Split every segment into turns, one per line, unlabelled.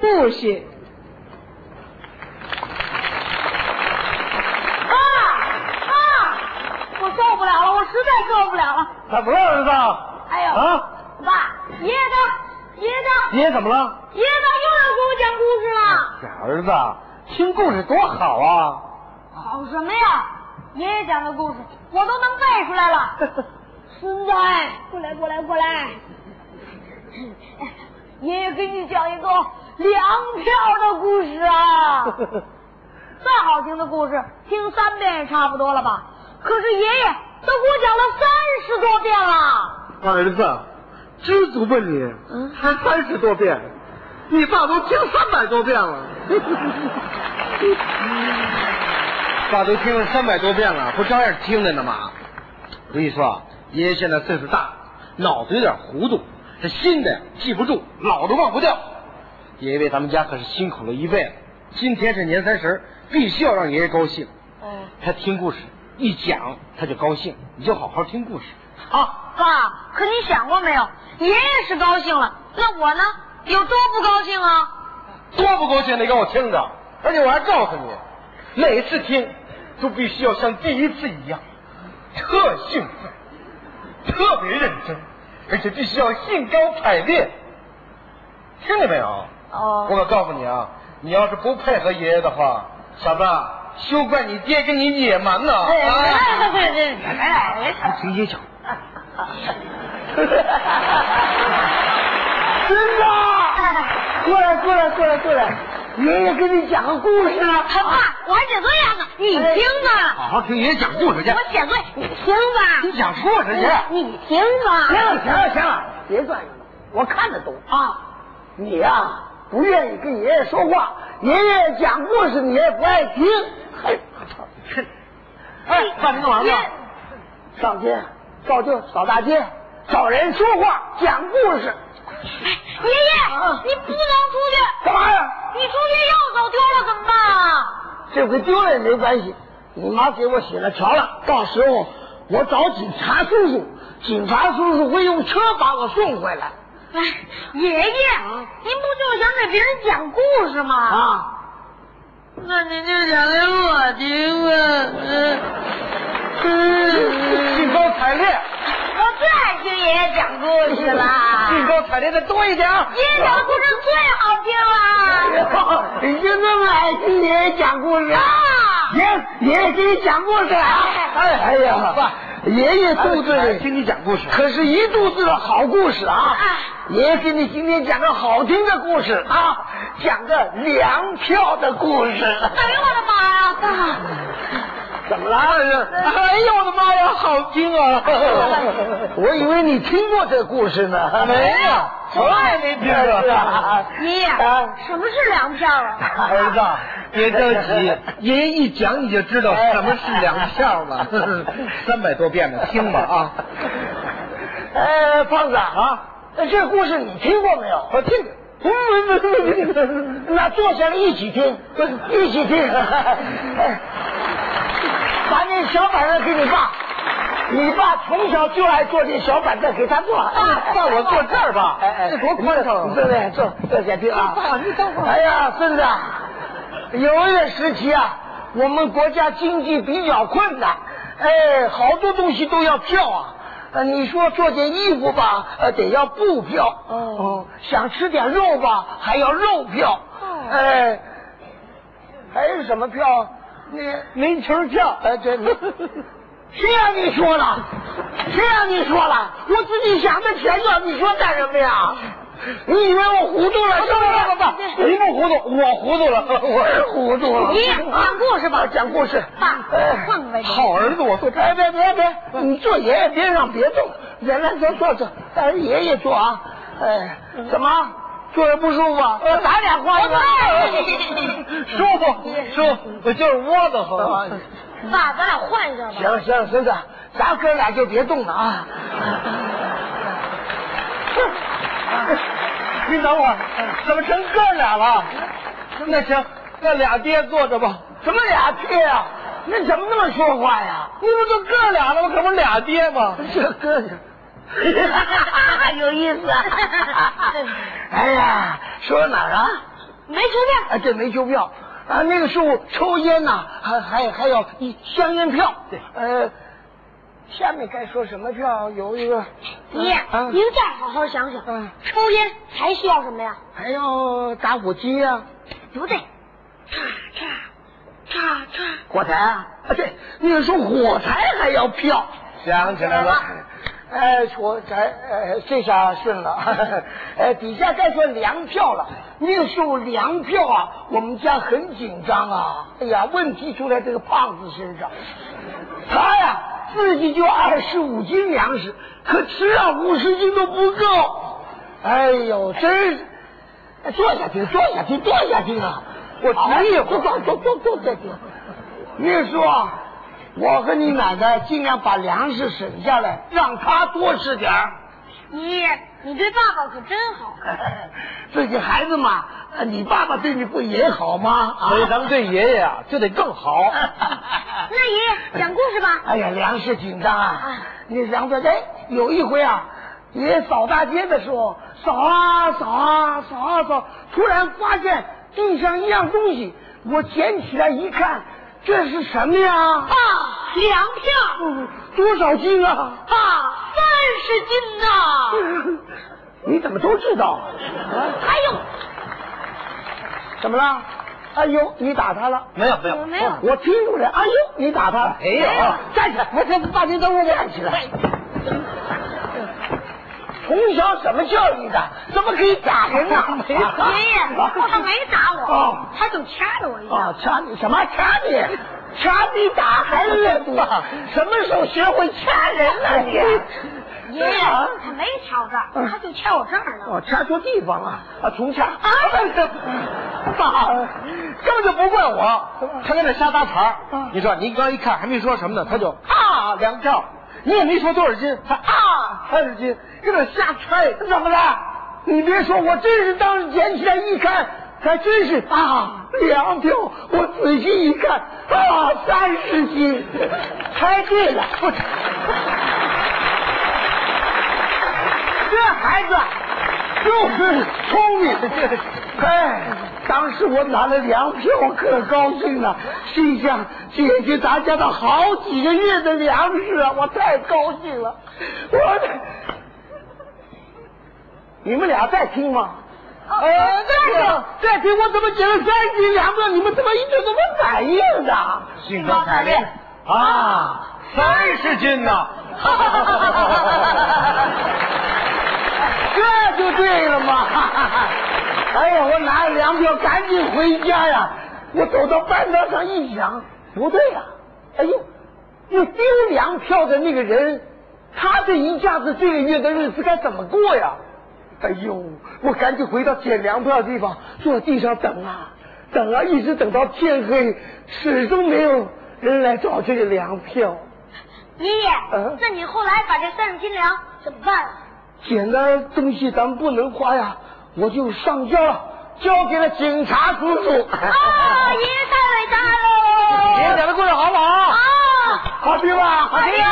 就是。
啊啊！我受不了了，我实在受不了了。
怎么了，儿子？
哎呦！
啊！
爸，爷爷他，爷爷他，
爷爷怎么了？
爷爷他又要给我讲故事了。
呀，儿子，听故事多好啊！
好什么呀？爷爷讲的故事我都能背出来了。孙子，哎过来，过来，过来。爷爷给你讲一个粮票的故事 啊！再好听的故事，听三遍也差不多了吧？可是爷爷都给我讲了三十多遍了。
啊儿子，知足吧你？
嗯
才三十多遍，你爸都听三百多遍了。 爸都听了三百多遍了，不照样听着呢吗？我跟你说啊，爷爷现在岁数大了，脑子有点糊涂，这新的呀记不住，老的忘不掉。爷爷为咱们家可是辛苦了一辈子，今天是年三十儿，必须要让爷爷高兴。
哦，
他听故事一讲他就高兴，你就好好听故事啊。
爸，哦可你想过没有？爷爷是高兴了，那我呢？有多不高兴啊？
多不高兴，你给我听着，而且我还告诉你，每次听都必须要像第一次一样，特兴奋，特别认真，而且必须要兴高采烈。听见没有？
哦
我可告诉你啊，你要是不配合爷爷的话，小子，啊休怪你爹跟你野蛮呢。
哎
啊
哎对对对，哎
不听 也讲。
孙子，
啊
哎
过来，过来，过来，过来，爷爷给你讲个故事。
爸，我还写作业呢，你听
哎
吧，
好好听爷爷讲故事去，
我写作业，你听吧，
你讲故事去。
你啊听吧。
行了，行了，行了，别转悠了，我看得懂啊。你呀、不愿意跟爷爷说话，爷爷讲故事你也不爱听。嘿，
哎，爸，你干嘛呢？
上街照旧扫大街，找人说话讲故事，
哎爷爷，你不能出去，
嗯干嘛呀？
你出去要走丢了怎么办啊？
这回丢了也没关系，你妈给我写了条了，到时候我找警察叔叔，警察叔叔会用车把我送回来
哎，爷爷，您不就是想给别人讲故事吗？
嗯啊。
那您就讲给我听吧。嗯，
兴高 采烈，
我最爱听爷爷讲故 事啦。
兴高采烈的多一点。
爷爷讲故事最好听啦。
你就那么爱听爷爷讲故事？
啊，
爷爷爷给你讲故事啊！哎哎呀，爸，爷爷肚子
哎
里
听你讲故事。
可是一肚子的好故事啊
哎！
爷爷给你今天讲个好听的故事啊，讲个粮票的故 事。
哎呦我的妈呀！
怎么了？
哎呦我的妈呀，好听啊！
我以为你听过这故事呢，哎
没有从来没听过
是啊
爷爷
啊，
什么是粮票啊？
儿子，别着 急，爷爷一讲你就知道什么是粮票了。 三百多遍了，听吧啊！
呃，胖子哎
啊，
这故事你听过没有？嗯
我听。
那坐下来一起听， 一起听。把那小板凳给你爸，你爸从小就爱坐这小板凳，给他坐。
爸，我坐这儿吧，这多宽敞！
对对，坐坐下听啊。
爸你等会儿
哎呀，孙子啊，有一个时期啊，我们国家经济比较困难，哎，好多东西都要票啊。呃你说做件衣服吧，呃，得要布票。
哦
想吃点肉吧，还要肉票。
哦
哎，还有什么票啊？那
煤球票
哎，这 你谁让你说了？谁让你说了？我自己想的钱要你说干什么呀？你以为我糊涂了是不是？
你不糊涂，我糊涂了，
我是糊涂了。
爷爷讲故事吧
啊讲故事。
爸
哎
换个位置
好儿子，我坐这
哎，
儿。
别别别，
嗯
你坐爷爷边上别动，来来坐坐坐，哎，爷爷坐啊。哎，
嗯
怎么坐着不舒服啊？呃咱俩换一个。
舒服，舒服，我就是窝得慌。
爸，咱俩换一下吧。
行行，孙子，咱哥俩就别动了 啊。
您等会儿，怎么成哥俩了？那行，那俩爹坐着吧。
嗯什么俩爹啊？那怎么那么说话呀？
你不就哥俩了吗？可不是俩 爹吗？
这哥俩。 有意思、啊！哎呀，说哪儿啊？
没车票，
啊，对，煤球票啊，那个时候抽烟呐、还还还要一香烟票。
对
呃，下面该说什么票？有一个，
爷爷
啊，
您再好好想想，
嗯
抽烟还需要什么呀？
还要打火机啊呀、
不对，叉叉叉叉，
火柴啊，啊对，那个时候火柴还要票。
想起来了，
哎，火柴，哎，这下顺了。 哎，底下该说粮票了。那个时候粮票啊，我们家很紧张啊。哎呀，问题出在这个胖子身上，他呀自己就二十五斤粮食，可吃啊五十斤都不够。哎呦，真是坐下听，坐下听，坐下听啊！我职业坐坐坐坐坐下听。那时候啊，我和你奶奶尽量把粮食省下来，让她多吃点儿。
爷爷，你对爸爸可真好。
自己孩子嘛，呃你爸爸对你不也好吗？啊
所以咱们对爷爷啊就得更好。
那爷爷讲故事吧。
哎呀，粮食紧张啊！你想想，哎，有一回啊，爷扫大街的时候，扫啊扫啊扫啊扫，突然发现地上一样东西，我捡起来一看，这是什么呀
啊？，粮票
嗯多少斤啊？
啊，三十斤呐、
你怎么都知道啊？
还有
怎么了？哎呦，你打他了？
没有没有
我没有
我听出来，哎呦，你打他了？哎
没有
站起来，我这把您等我站起来。从小怎么教育的？怎么可以打人呢、
没有
啊爷爷，他没打我
哦，
他就掐了我一下
啊。，掐你什么掐你？掐你打孩子你 什么时候学会掐人了、你？
爷爷，
啊嗯
他没掐我这儿，他就掐我这儿了。
哦，掐错地方了，啊，重掐。 啊，爸，
根本就不怪我，他在那瞎搭茬
嗯
儿。你说你刚一看还没说什么呢，他就啊粮票，你也没说多少斤，他啊三十斤，跟那瞎猜，
怎么了？你别说，我真是当时捡起来一看，还真是啊，粮票。我仔细一看，啊，三十斤，猜对了。这孩子就是聪明。哎，当时我拿了粮票，我可高兴了，心想解决咱家的好几个月的粮食啊，我太高兴了。我，你们俩在听吗？
哦
呃，那个在听，我怎么觉得三斤粮票，你们怎么一点都不反应呢？
兴高采烈啊，三十斤呐、
这就对了嘛！哎呀，我拿着粮票赶紧回家呀！我走到半道上一想，不对呀、哎呦，那丢粮票的那个人，他这一下子这个月的日子该怎么过呀？哎呦，我赶紧回到捡粮票的地方，坐地上等啊等啊，一直等到天黑，始终没有人来找这个粮票。
爷爷
嗯，
那你后来把这三十斤粮怎么办 啊？
捡的东西咱不能花呀，我就上交了，交给了警察叔叔。
啊，爷爷太伟
爷
大
爷
喽！
讲的故事好不好？
啊，
好听吧？好
好听
听。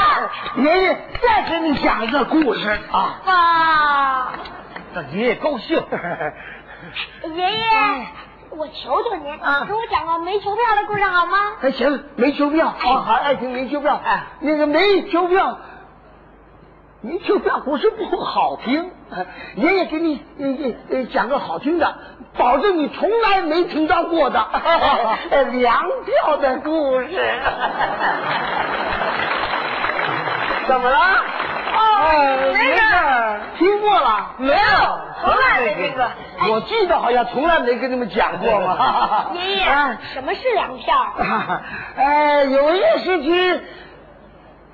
爷爷再给你讲一个故事啊。
爸，
让爷爷高兴。
爷爷，
嗯
我求求您
啊，
给我讲个没球票的故事好吗？
还行，煤球票
哎
啊，好爱听煤球票。哎，那个煤球票，煤球票不是不好听，哎爷爷给你呃呃呃讲个好听的，保证你从来没听到过 的哎粮票的故事。怎么了？哦
没事儿
听过了
没有
从来没听过哎。
我记得好像从来没跟你们讲过嘛
爷爷
哎，
什么是粮 票？啊
哎，有一个时期，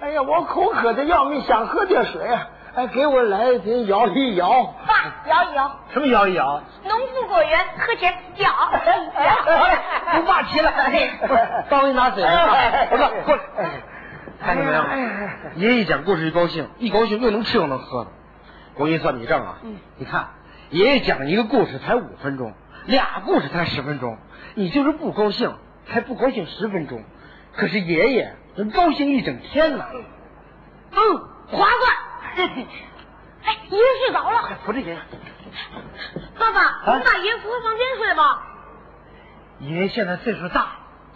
哎呀，我口渴的要命，想喝点水啊，哎，给我来一瓶摇一摇。
爸，摇一摇，
什么摇一摇？
农夫果园喝前摇一摇。
不霸气了，
稍微拿嘴来，我说过来，看见没
哎
有
呀哎呀哎呀？
爷爷讲故事一高兴，一高兴又能吃又能喝呢。我给你算笔账啊，你看爷爷讲一个故事才五分钟，俩故事才十分钟，你就是不高兴，才不高兴十分钟，可是爷爷能高兴一整天呢。
嗯，划算。哎，爷爷睡着了，
不是爷爷，
啊爸爸，我们把爷爷扶回房间睡吧。
爷爷现在岁数大，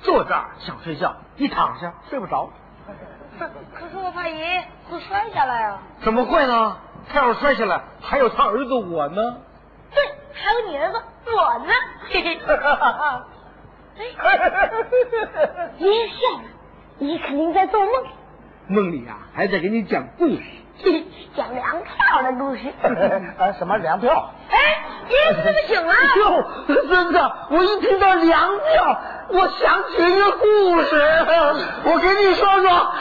坐这儿想睡觉，一躺下睡不着。
可是我怕爷爷会摔下来啊。
怎么会呢？他要是摔下来，还有他儿子我呢。
对，还有你儿子我呢。嘿 嘿。哎爷爷笑了，你肯定在做梦。
梦里啊，还得给你讲故事。
讲粮票的故事。
啊，什么粮票？
哎，爷爷怎么醒了？
哟，真的，我一听到粮票，我想起一个故事，我给你说说。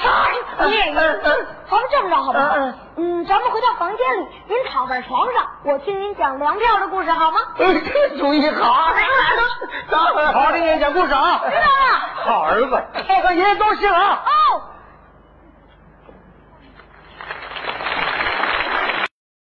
哎爷爷，
嗯嗯
咱们这么着好不好
嗯嗯？
嗯，咱们回到房间里，您躺在床上，我听您讲粮票的故事好吗？
嗯这主意好，走，好好给你讲故事啊。
知道了。
好儿子。
这个爷爷高兴啊！
啊，